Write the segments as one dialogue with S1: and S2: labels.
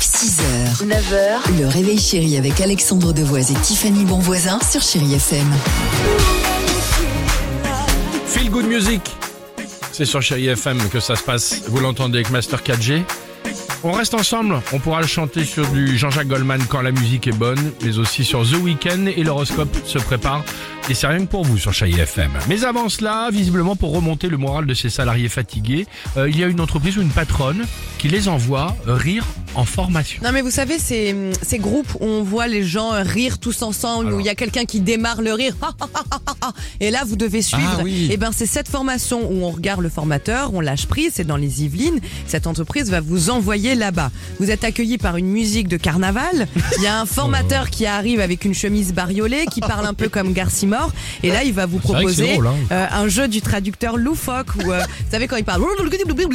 S1: 6h, 9h, le réveil chéri avec Alexandre Devoise et Tiffany Bonvoisin sur Chérie FM.
S2: Feel Good Music. C'est sur Chéri FM que ça se passe. Vous l'entendez avec Master 4G. On reste ensemble. On pourra le chanter sur du Jean-Jacques Goldman quand la musique est bonne, mais aussi sur The Weeknd et l'horoscope se prépare. Et c'est rien que pour vous sur Chéri FM. Mais avant cela, visiblement pour remonter le moral de ces salariés fatigués, euh, il y a une entreprise ou une patronne qui les envoie rire en formation.
S3: Non mais vous savez ces, ces groupes où on voit les gens rire tous ensemble où il y a quelqu'un qui démarre le rire et là vous devez suivre.
S2: Ah oui.
S3: Et ben c'est cette formation où on regarde le formateur, on lâche prise, c'est dans les Yvelines. Cette entreprise va vous envoyer là-bas. Vous êtes accueillis par une musique de carnaval. Il y a un formateur qui arrive avec une chemise bariolée qui parle un peu comme Garcimore et là il va vous
S2: C'est vrai que c'est
S3: proposer
S2: drôle, hein.
S3: euh, un jeu du traducteur loufoque où euh, vous savez quand il parle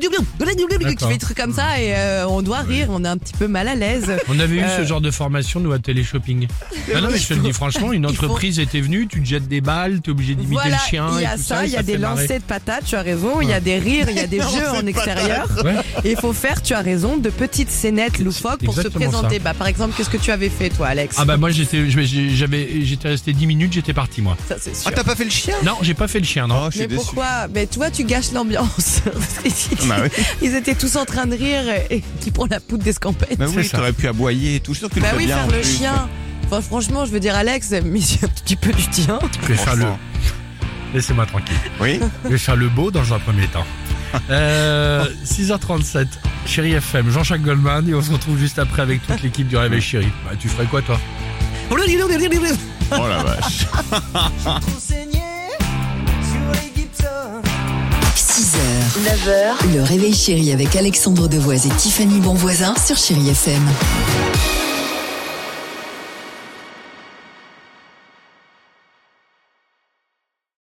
S3: qui fait des trucs comme ça et euh, on doit rire, on est un petit peu mal à l'aise.
S2: On avait eu
S3: Euh,
S2: ce genre de formation, nous, à Téléshopping. Ah Non, non, mais je te le dis franchement, une
S3: faut-
S2: entreprise était venue, tu te jettes des balles, t'es obligé d'imiter
S3: Voilà,
S2: le chien.
S3: il y
S2: et
S3: a
S2: tout
S3: ça,
S2: et
S3: il y a
S2: te
S3: des
S2: fait marrer.
S3: lancers de patates, tu as raison, il y a des rires, il y a des jeux en extérieur.
S2: Ouais.
S3: Et il faut faire, tu as raison, de petites scénettes loufoques pour se
S2: exactement ça.
S3: présenter. Bah, par exemple, qu'est-ce que tu avais fait toi, Alex
S2: Ah bah moi j'étais j'avais- j'avais j'étais resté 10 minutes, j'étais parti moi.
S3: Ça, c'est sûr.
S4: Ah, t'as pas fait le chien
S2: Non, j'ai pas fait le chien non.
S4: Oh, je suis
S3: Mais
S4: déçu.
S3: pourquoi Mais toi, tu gâches l'ambiance.
S2: Ah
S4: Bah oui.
S3: Ils étaient tous en train de rire et qui prend la poudre d'escampette.
S4: Bah
S2: C'est
S4: oui,
S2: ça.
S4: t'aurais pu aboyer et tout. Je suis sûr que tu
S3: Bah
S4: le fais
S3: oui,
S4: bien.
S3: faire
S4: en
S3: le
S4: plus.
S3: chien. Enfin, franchement, je veux dire, Alex, mais j'ai un petit peu du tien.
S2: Je vais faire le
S4: Franchement.
S2: Laissez-moi tranquille.
S4: Oui.
S2: Je vais faire le beau dans un premier temps. Euh, 6h37, Chéri FM, Jean-Jacques Goldman et on se retrouve juste après avec toute l'équipe du Réveil Chéri. Bah, tu ferais quoi toi
S4: Oh la vache.
S1: 6h, 9h, le réveil chéri avec Alexandre Devoise et Tiffany Bonvoisin sur Chérie FM.